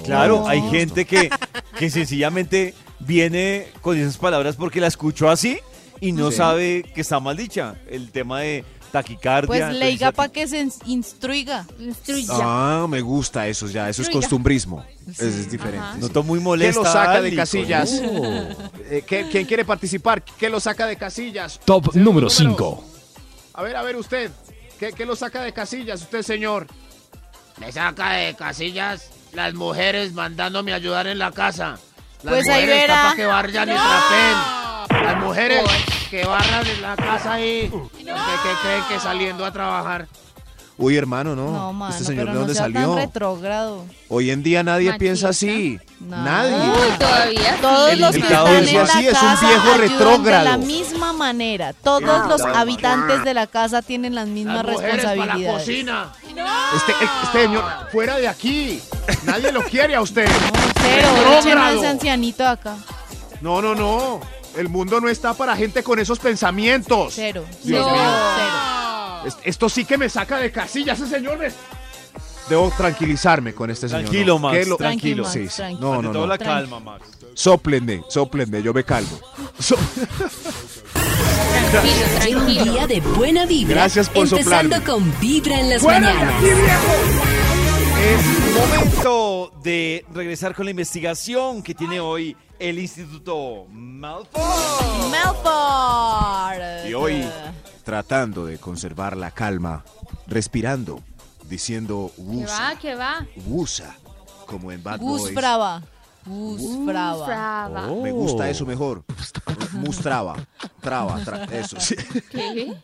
B: Claro,
E: Oh.
B: hay gente que, que sencillamente viene con esas palabras porque la escuchó así y no
C: Sí.
B: sabe que está mal dicha. El tema de taquicardia.
E: Pues
B: entonces,
E: leiga
B: a ti-
E: para que se ins- instruiga.
D: Instruya.
C: Ah, me gusta eso ya. Eso es costumbrismo. Es, es diferente.
D: Ajá.
C: sí.
B: Noto muy
C: ¿Qué
B: molesta.
C: lo saca
B: Ali,
C: de
B: con-
C: casillas?
I: Eh, ¿qué- ¿Quién quiere participar? ¿Qué lo saca de casillas?
H: Top número 5.
I: cinco. A ver, a ver, usted. ¿Qué, qué lo saca de casillas, usted, señor?
G: Me saca de casillas las mujeres mandándome a ayudar en la casa. Las
E: Pues ahí
G: mujeres
E: verá.
G: para que barran y trapeen. Las mujeres que barran en la casa ahí. ¿Qué, qué creen que saliendo a trabajar?
C: Uy, hermano, no.
E: No, mano,
C: este señor,
E: pero
C: ¿de
E: no
C: dónde
E: sea
C: salió?
E: tan retrógrado.
C: Hoy en día nadie
D: Machista.
C: piensa así.
E: No.
C: Nadie.
D: Uy, todavía.
E: Todos
D: sí.
E: los que
C: dictado
E: están
C: hizo
E: en
C: así,
E: la
C: es un
E: casa
C: viejo
E: ayudan de la
C: retrógrado.
E: misma manera. Todos los habitantes de la casa tienen las mismas
G: Las mujeres para la
E: responsabilidades.
G: cocina.
I: Este, este señor, fuera de aquí. Nadie lo quiere a usted.
E: Cero, echen a
I: Retrógrado.
E: ese ancianito de acá.
I: No, no, no. El mundo no está para gente con esos pensamientos.
E: Cero.
D: Dios
E: cero,
D: mío.
E: cero.
I: Es- Esto sí que me saca de casillas, ese señor. es-
C: Debo tranquilizarme con este señor.
B: Tranquilo,
C: ¿no?
B: Max,
C: ¿Qué lo-
E: Tranquilo,
C: Sí,
E: Max,
C: sí.
E: tranquilo.
C: No,
B: Ante
C: no,
B: todo
C: no.
B: la calma, Max.
C: Sóplenme, sóplenme, yo me calvo. So-
D: Tranquilo,
A: Lleva un
D: tranquilo.
A: día de buena vibra.
C: Gracias por
A: Empezando
C: soplarme.
A: con Vibra en las mañanas.
B: Es momento de regresar con la investigación que tiene hoy el Instituto Malfoy.
E: Melford.
C: Y hoy, tratando de conservar la calma, respirando, diciendo
D: ¿Qué va?
C: wusa,
D: ¿Qué va?
C: wusa, como en Bad
E: Gus
C: Boys.
E: Brava. Gus Brava.
D: Brava.
C: Me gusta eso mejor. Eh, Mustraba, traba, tra- eso. sí.
D: ¿Qué?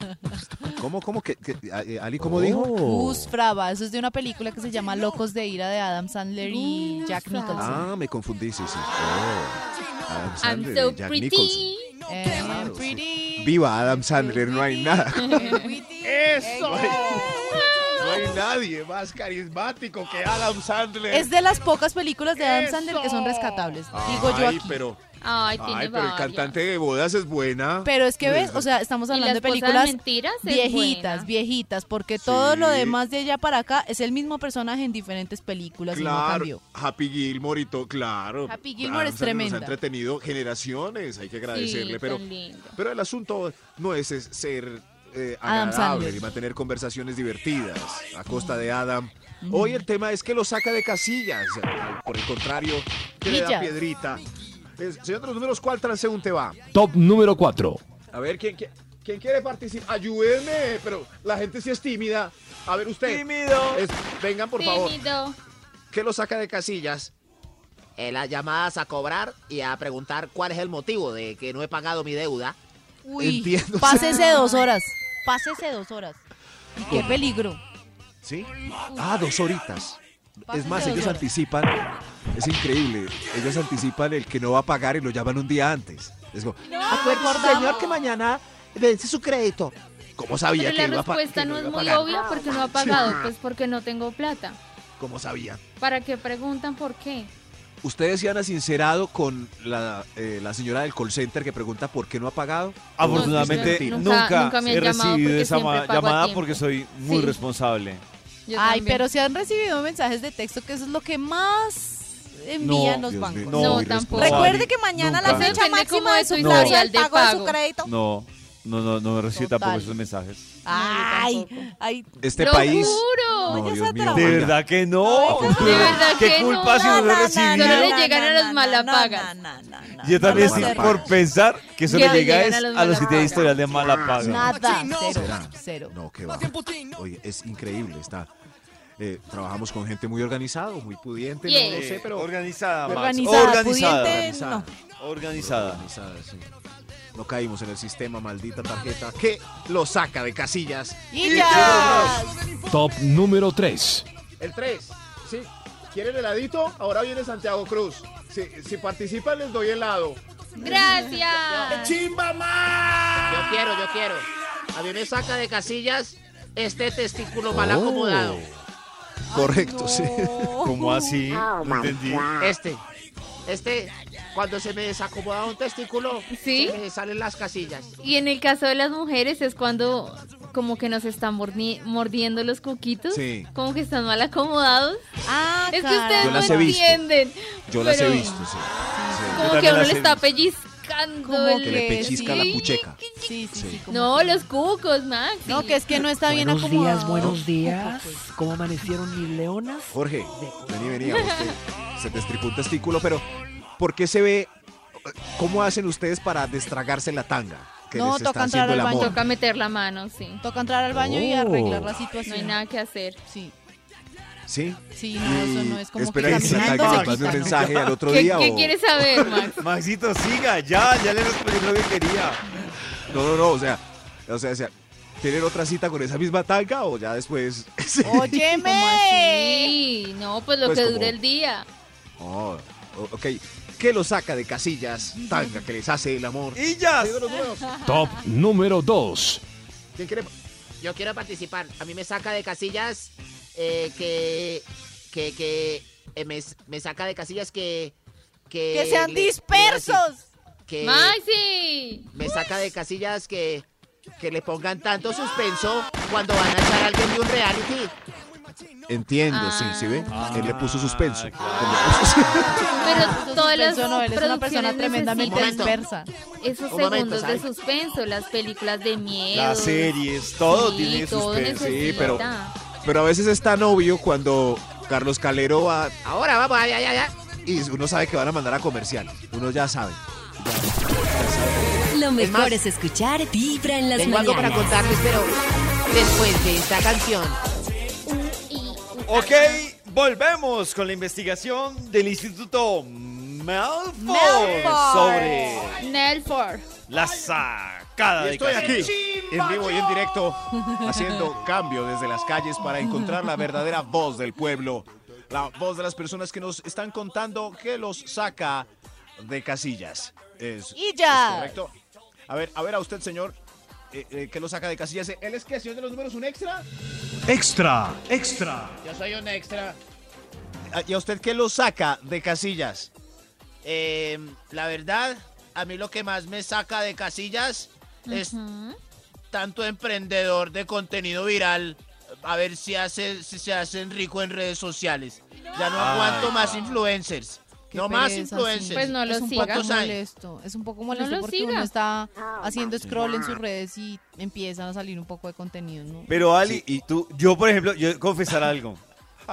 C: ¿Cómo, cómo que, que- eh, Ali, cómo dijo?
E: Oh. Gus Brava. Eso es de una película que se llama Locos de Ira de Adam Sandler y Jack Nicholson.
C: Ah, me confundí, sí, sí. Oh. Adam
D: I'm
C: Sandler
D: so
C: y Jack Nicholson.
D: pretty.
E: Eh,
C: claro, sí.
E: pretty.
C: Viva Adam Sandler, no hay nada.
I: Eso. No hay nadie más carismático que Adam Sandler.
E: Es de las pocas películas de Adam Sandler que son rescatables. Digo yo
C: Ay,
E: aquí.
C: pero,
D: Ay, tiene
C: ay, pero el
D: varias.
C: cantante de bodas es buena.
E: Pero es
C: pues,
E: que ves, o sea, estamos
D: Y la
E: hablando de
D: esposa
E: películas
D: mentiras es
E: viejitas,
D: buena.
E: viejitas, porque todo lo
C: Sí.
E: demás de allá para acá es el mismo personaje en diferentes películas y no
C: Claro,
E: cambió.
C: Happy Gilmore y todo, claro.
E: Happy Gilmore
C: Adam Sandler
E: es
C: Nos ha
E: tremenda.
C: entretenido generaciones, hay que agradecerle,
D: Sí,
C: pero,
D: tan lindo.
C: pero el asunto no es es ser eh,
E: Adam
C: agradable
E: Sandler.
C: y mantener conversaciones divertidas a costa de Adam. Hoy el tema es que lo saca de casillas, por el contrario, que le da
E: Millas.
C: piedrita. Eh, señor de los números, ¿cuál transeúnte va?
H: Top número 4.
I: A ver, ¿quién, quién, quién quiere participar? Ayúdenme, pero la gente sí es tímida. A ver, usted.
B: Tímido.
I: Es- vengan, por favor.
D: Tímido.
I: ¿Qué lo saca de casillas?
G: Eh, las llamadas a cobrar y a preguntar cuál es el motivo de que no he pagado mi deuda.
E: Uy,
C: Entiendo.
E: pásese dos horas, pásese dos horas. Y qué peligro.
C: ¿Sí? Ah, dos horitas. Es
E: Pásense
C: más,
E: dos
C: ellos
E: horas.
C: anticipan, es increíble, ellos anticipan el que no va a pagar y lo llaman un día antes. Es como, "Ah, pues,
G: Acuérdese, señor, que mañana vence su crédito.
C: ¿cómo sabía
D: Pero
C: que
D: la
C: iba a pa-
D: respuesta
C: que
D: no es
C: iba a
D: muy
C: pagar?
D: obvia porque no ha pagado, pues porque no tengo plata.
C: ¿Cómo sabía?
D: ¿Para qué preguntan por qué?
C: ¿Ustedes se han sincerado con la, eh, la señora del call center que pregunta por qué no ha pagado?
B: Afortunadamente
D: No, nunca-
B: nunca,
D: nunca me han
B: he
D: llamado
B: recibido
D: porque
B: esa
D: siempre
B: ma-
D: pago a
B: llamada
D: tiempo.
B: porque soy muy
D: Sí.
B: responsable.
D: Yo
E: Ay,
D: también.
E: pero si han recibido mensajes de texto, que eso es lo que más envían los
C: Dios
E: bancos.
C: mío,
D: No,
C: muy
D: tampoco.
C: responsable.
B: Recuerde
J: que mañana
B: Nunca.
J: la fecha
D: Depende como
J: máxima
D: de
J: de su
B: tu
J: plazo
D: historial
J: al
D: de
J: pago de su
D: pago.
J: crédito.
B: No, no, no, no me recibo
E: Total.
B: tampoco esos mensajes.
J: Ay, ay,
C: Este
D: ¡Lo
C: país.
D: juro!
C: No,
J: ya
C: Dios
J: se
C: mío,
J: trabó.
B: De
C: oiga.
B: verdad que no.
J: Ay,
D: De verdad
B: ¿Qué
D: que
B: culpa
D: no.
B: si no lo recibí?
D: Solo le llegan a las malapagas.
J: na, na, na,
B: Yo también
J: no,
B: sí,
J: no,
C: Malapagas.
B: por pensar que eso
D: Que
B: le
D: le
B: llega
D: llegan
B: es
D: a los
B: a los que tienen
D: malapagas.
B: historial de mala paga.
E: Nada, cero,
C: ¿Será?
E: cero.
C: No, qué va. Oye, es increíble. Está. eh, trabajamos con gente muy organizada, muy pudiente.
D: Yeah.
C: No, lo sé, pero.
B: Eh, Organizada, Max.
E: Organizada,
B: Organizada.
J: pudiente, no.
B: Organizada.
C: Organizada, sí. No caímos en el sistema, maldita tarjeta, que lo saca de casillas.
E: Y ya.
H: Top número 3.
I: El 3. Sí. ¿Quieren heladito? Ahora viene Santiago Cruz. Si, si participan, les doy helado.
D: ¡Gracias!
I: ¡Chimba más!
G: Yo quiero, yo quiero. A mí me saca de casillas este testículo mal acomodado.
C: Correcto, sí.
B: ¿Cómo así?
D: Ah.
B: No entendí.
G: Este. Este, cuando se me desacomoda un testículo,
D: ¿Sí?
G: se me salen las casillas.
D: Y en el caso de las mujeres es cuando como que nos están mordi- mordiendo los coquitos,
C: Sí.
D: como que están mal acomodados.
J: Ah,
D: Es que
J: caray.
D: ustedes
C: Yo las
D: no
C: he visto.
D: entienden.
C: Yo las he
D: pero
C: visto, sí. Sí.
D: Como que
B: también
D: a uno
B: las
D: le
B: he
D: está
B: visto.
D: pellizcando
E: Como
D: el-
C: Que le
E: Eh,
C: pellizca la
D: sí.
C: pucheca.
E: Sí, sí, sí. como
D: No,
E: que-
D: los cucos, Max.
E: No, que es que no está bien
F: buenos
E: acomodado.
F: días, buenos días. ¿Cómo amanecieron mis leonas?
C: Jorge, vení, vení, a vos te- se te estripó un testículo, pero ¿por qué se ve? ¿Cómo hacen ustedes para destragarse la tanga? Que
E: No,
C: les está
E: toca
C: haciendo
E: entrar
C: el
E: al baño.
C: amor.
D: Toca meter la mano, sí.
E: Toca entrar al baño y
F: Oh.
E: arreglar la situación.
D: No hay nada que hacer.
E: Sí,
C: Sí.
E: sí, no, eso no es como
C: Espera
E: que
C: que se
E: caminando
C: ataque,
E: se
C: mande un
E: quita, ¿no?
C: mensaje al otro
D: ¿Qué,
C: día
D: qué
C: o...
D: quieres saber, Max?
B: Maxito, siga, ya, ya le respondí lo que quería.
C: No, no, no, o sea, o sea, o sea, ¿tener otra cita con esa misma tanga o ya después? Sí.
E: ¡Óyeme!
D: Sí, no, pues lo
C: Pues
D: que
C: como-
D: dure el día.
C: Oh, o- ok. ¿Qué lo saca de casillas, tanga, que les hace el amor?
B: Y ya.
I: Ahí de los nuevos.
H: Top número 2.
I: ¿Quién quiere?
G: Yo quiero participar. A mí me saca de casillas eh, que. que. que. eh, me, me saca de casillas que. que.
E: ¡Que sean
G: le-
E: dispersos!
C: Eh.
G: Que
D: Maxi.
G: me saca de casillas que. que le pongan tanto suspenso cuando van a echar a alguien de un reality.
C: Entiendo, sí,
D: Ah.
C: ¿sí ve? Él le puso suspenso.
E: Ah.
D: Pero todas las
E: Suspenso no, él es una persona
D: producciones
E: tremendamente
D: necesitan
E: dispersa.
D: esos
G: Un momento,
D: segundos de
G: Sai.
D: suspenso, las películas de miedo.
B: Las series, todo
D: Sí,
B: tiene
D: todo
B: suspenso.
C: Sí,
D: necesita.
C: pero, pero a veces es tan obvio cuando Carlos Calero va
G: Ahora vamos, ay, ay, ay, ay.
C: y uno sabe que van a mandar a comercial. Uno ya sabe.
A: Lo mejor
G: más,
A: es escuchar Vibra en las
G: Tengo algo para
A: mañanas.
G: contarles, pero después de esta canción.
B: Ok, volvemos con la investigación del Instituto Melford,
E: Melford.
B: Oh, sobre
D: Nelford.
B: la sacada
I: Y
B: de
I: estoy aquí,
B: casillas.
I: en vivo y en directo.
C: Haciendo cambio desde las calles para encontrar la verdadera voz del pueblo. La voz de las personas que nos están contando que los saca de casillas. Es,
E: Y
C: es
E: ya.
C: correcto. A ver, a ver a usted, señor, eh, eh, que lo saca de casillas.
I: ¿Él es que, señor de los números, un extra?
H: Extra, extra.
G: Yo soy un extra.
C: Eh, ¿Y a usted qué lo saca de casillas?
G: Eh, la verdad, a mí lo que más me saca de casillas es
D: Ujú.
G: tanto emprendedor de contenido viral. A ver si, hace, si se hacen rico en redes sociales. Ya no aguanto más influencers.
E: Qué
G: No más
E: pereza,
G: influencers.
E: sí.
D: Pues no lo
E: es un
D: siga.
E: poco
G: ¿Cuántos hay? Ah,
E: molesto. Es un poco molesto
D: lo
E: porque
D: siga.
E: uno está haciendo scroll en sus redes y empiezan a salir un poco de contenido, ¿no?
B: Pero Ali, y tú, yo por ejemplo, yo confesar algo.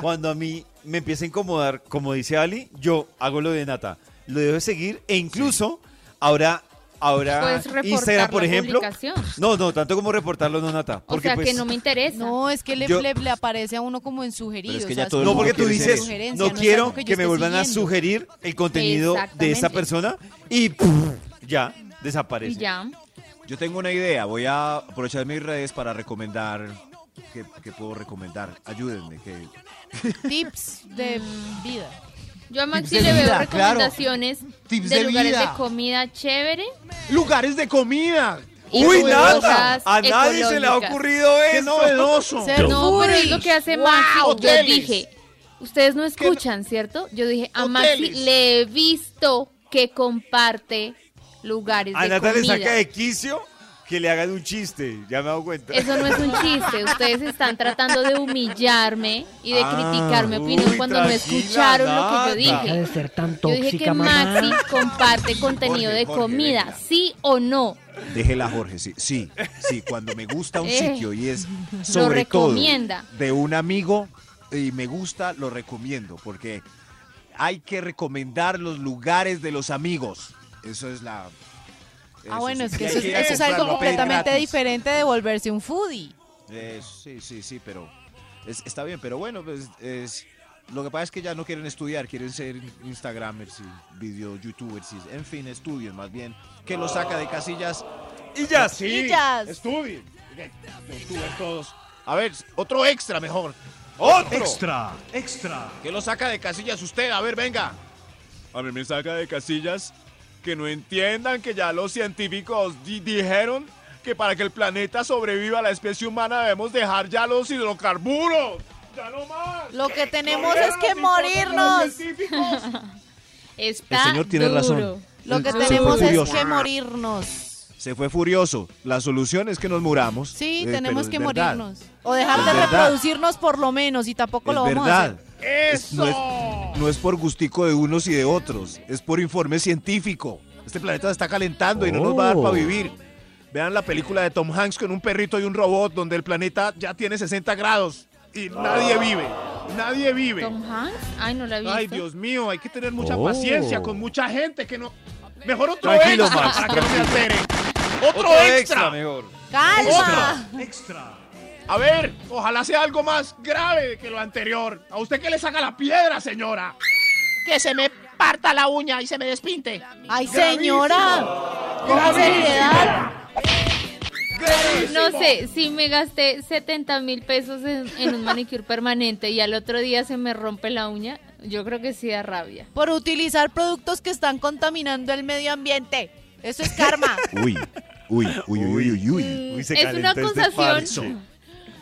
B: Cuando a mí me empieza a incomodar, como dice Ali, yo hago lo de Nata. Lo dejo de seguir e incluso ahora, ahora
D: Puedes reportar
B: Instagram, por
D: la
B: ejemplo.
D: publicación.
B: No, no, tanto como reportarlo, no Nata.
D: O
B: Porque
D: sea
B: pues,
D: que no me interesa.
E: No, es que le,
B: Yo-
E: le- le aparece a uno como en sugerido.
C: Pero es que
E: o sea,
C: ya todo el
B: No,
C: mundo
B: porque tú
C: quiere ser
B: dices,
C: eso.
E: sugerencia,
B: no
E: es
B: quiero
E: algo
B: que,
E: yo
B: me
E: esté
B: vuelvan a
E: siguiendo.
B: sugerir el contenido de esa
D: Exactamente.
B: persona y ¡pum! ya, desaparece.
D: Y ya.
C: Yo tengo una idea, voy a aprovechar mis redes para recomendar. ¿Qué, qué puedo recomendar? Ayúdenme. Que...
E: Tips de vida. Ah,
D: Yo a Maxi
C: de
D: le veo
C: vida,
D: recomendaciones
I: Tips
D: de,
I: de
D: lugares
I: vida.
D: de comida chévere.
I: ¡Lugares de comida!
D: y
B: ¡Uy,
D: de
B: nada!
D: cosas
B: A nadie se le ha
D: ecológicas.
B: ocurrido
I: ¡Qué
B: eso.
I: novedoso!
E: Ser
D: No, pero es
E: foodie.
D: lo que hace Maxi. Yo
I: hoteles.
D: dije, Ustedes no escuchan, ¿cierto? Yo dije, a Maxi
I: Hoteles.
D: le he visto que comparte lugares
B: A
D: de
B: Nata le
D: comida.
B: saca de quicio que le hagan un chiste, ya me he dado cuenta.
D: Eso no es un chiste. Ustedes están tratando de humillarme y de
B: Ah,
D: criticar mi opinión
B: uy,
D: cuando no
B: tranquila,
D: escucharon lo que yo
B: Nata.
F: Deja de
D: dije.
F: ser tan
D: Yo dije que
F: tóxica, mamá.
D: Maxi comparte contenido
C: Jorge,
D: de
C: Jorge,
D: comida,
C: venga.
D: ¿sí o no?
C: Déjela, Jorge, sí, sí, sí, cuando me gusta un
D: Eh,
C: sitio y es sobre todo
D: recomienda.
C: de un amigo y me gusta, lo recomiendo, porque hay que recomendar los lugares de los amigos. Eso es la...
E: Ah, bueno, es
C: sí,
E: que
C: hay
E: eso, es-
C: ir a
E: eso es algo
C: comprarlo,
E: completamente
C: gratis.
E: diferente de volverse un foodie.
C: Eh, sí, sí, sí, pero es- está bien, pero bueno, pues, es, lo que pasa es que ya no quieren estudiar, quieren ser Instagramers y video youtubers, y, en fin, estudios más bien, que los saca de casillas.
B: Y ya,
I: Sí,
E: Sillas.
I: estudien. Estudian todos. A ver, otro extra mejor.
B: otro.
H: Extra, extra.
I: ¿Qué lo saca de casillas usted? A ver, venga. A mí me saca de casillas que no entiendan que ya los científicos di- dijeron que para que el planeta sobreviva la especie humana debemos dejar ya los hidrocarburos. ¡Ya no más!
E: Lo que tenemos
I: Lo
E: es
I: dijeron
E: que
I: los
E: morirnos.
I: científicos.
D: Está
C: señor tiene
D: duro.
C: razón.
E: Lo que
D: Sí,
E: tenemos
C: fue
E: es
C: curioso.
E: que morirnos.
C: Se fue furioso. La solución es que nos muramos.
E: Sí,
C: eh, pero
E: tenemos
C: es
E: que
C: verdad,
E: morirnos. O dejar
C: Es
E: de
C: verdad.
E: reproducirnos por lo menos y tampoco
C: Es
E: lo vamos a
C: verdad.
E: hacer.
C: Es- no, es, no es por gustico de unos y de otros, es por informe científico. Este planeta se está calentando y no nos va a dar
F: Oh.
C: para vivir.
I: Vean la película de Tom Hanks con un perrito y un robot donde el planeta ya tiene 60 grados y nadie vive. Nadie vive.
D: Tom Hanks, ay, no la he visto.
I: Ay, Dios mío, hay que tener mucha
F: Oh.
I: paciencia con mucha gente que no. Mejor otro
B: Tranquilo,
I: extra
B: Max,
I: para que no me altere. Otro,
B: Otro extra.
I: extra.
B: mejor.
E: ¡Calma!
I: A ver, ojalá sea algo más grave que lo anterior. ¿A usted qué le saca la piedra, señora? Que se me parta la uña y se me despinte.
E: ¡Ay, señora! ¡Con la seriedad!
D: No sé, si me gasté 70 mil pesos en, en un manicure permanente y al otro día se me rompe la uña, yo creo que sí da rabia.
E: Por utilizar productos que están contaminando el medio ambiente. Eso es karma.
C: Uy, uy, uy, uy, uy, uy.
B: Uy, se
D: Mm, es una
B: calentó este
D: acusación
B: parche.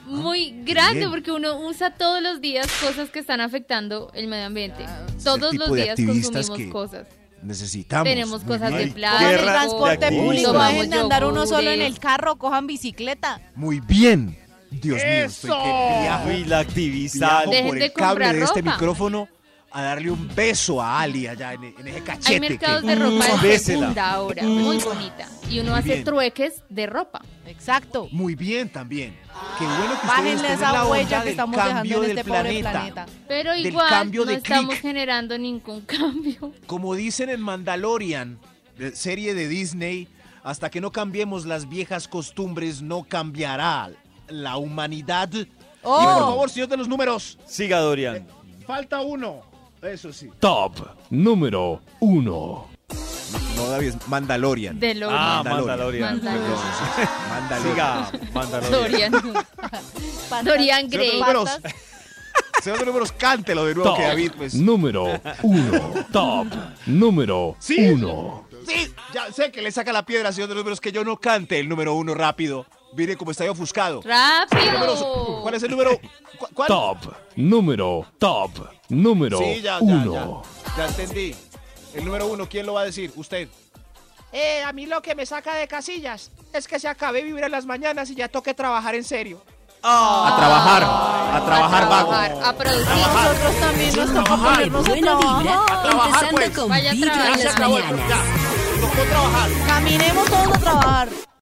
D: muy grande
C: bien.
D: porque uno usa todos los días cosas que están afectando el medio ambiente.
C: el
D: Todos
C: tipo
D: los
C: de
D: días
C: activistas
D: consumimos
C: que-
D: cosas.
C: Necesitamos.
D: Tenemos
C: muy
D: cosas de
C: bien.
D: plástico.
E: Cojan el
B: Guerra de
E: transporte
B: activistas.
E: público,
D: tomamos
E: dejen de andar uno solo en
D: yogures.
E: el carro, cojan bicicleta.
C: Muy bien. Dios mío, estoy que viajo,
B: Uy, la activista.
C: viajo
D: Dejen
C: por
D: de
C: el cable
D: comprar
C: de este
D: ropa.
C: micrófono a darle un beso a Ali allá en, en ese cachete.
D: Hay mercados
C: que-
D: de ropa de
B: Bésela.
D: segunda ahora, muy bonita. Y uno
C: Mm, Muy
D: hace
C: bien.
D: trueques de ropa.
E: Exacto.
C: Muy bien también. Qué bueno que ustedes
E: Bájenle
C: tengan
E: esa
C: la
E: huella
C: onda
E: que
C: del
E: estamos dejando
C: cambio
E: en
C: del
E: este pobre planeta.
D: Pero
C: Del
D: igual
C: cambio
D: no
C: de
D: estamos
C: clic.
D: generando ningún cambio.
C: Como dicen en Mandalorian, de- serie de Disney, hasta que no cambiemos las viejas costumbres, no cambiará la humanidad.
E: Oh.
C: Y por favor, señor de los números.
B: Siga, Dorian.
I: Falta uno. Eso sí.
H: Top número 1.
C: No, David, es Mandalorian.
D: De lo
B: Ah,
D: Mandalorian.
B: Mandalorian.
C: Perdón,
D: Mandalorian.
C: sí, sí, Mandalorian.
B: Siga, Mandalorian.
D: Dorian. Dorian Gray.
C: Señor de los números, cántelo de nuevo
H: Top
C: que David, pues.
H: número 1. Top número
I: Sí.
H: 1.
C: Sí, ya sé que le saca la piedra, señor de los números, que yo no cante el número uno rápido. Mire cómo está ofuscado.
D: Rápido.
C: ¿Cuál es el número? ¿Cu- ¿Cuál?
H: Top número, top número
C: Sí, ya, ya,
H: 1.
C: ya. Ya entendí. El número uno, ¿quién lo va a decir? Usted.
G: Eh,
I: a mí lo que me saca de casillas es que se acabe vivir en las mañanas y ya toque trabajar en serio.
C: A trabajar, a trabajar,
D: trabajar,
C: vago.
D: a producir.
E: Nosotros también nos toca ponernos a
A: Buena vibra,
E: trabajar.
A: empezando
C: pues.
A: con
D: Vaya a
A: vibra
D: trabajar.
A: en las mañanas.
E: Caminemos todos a trabajar.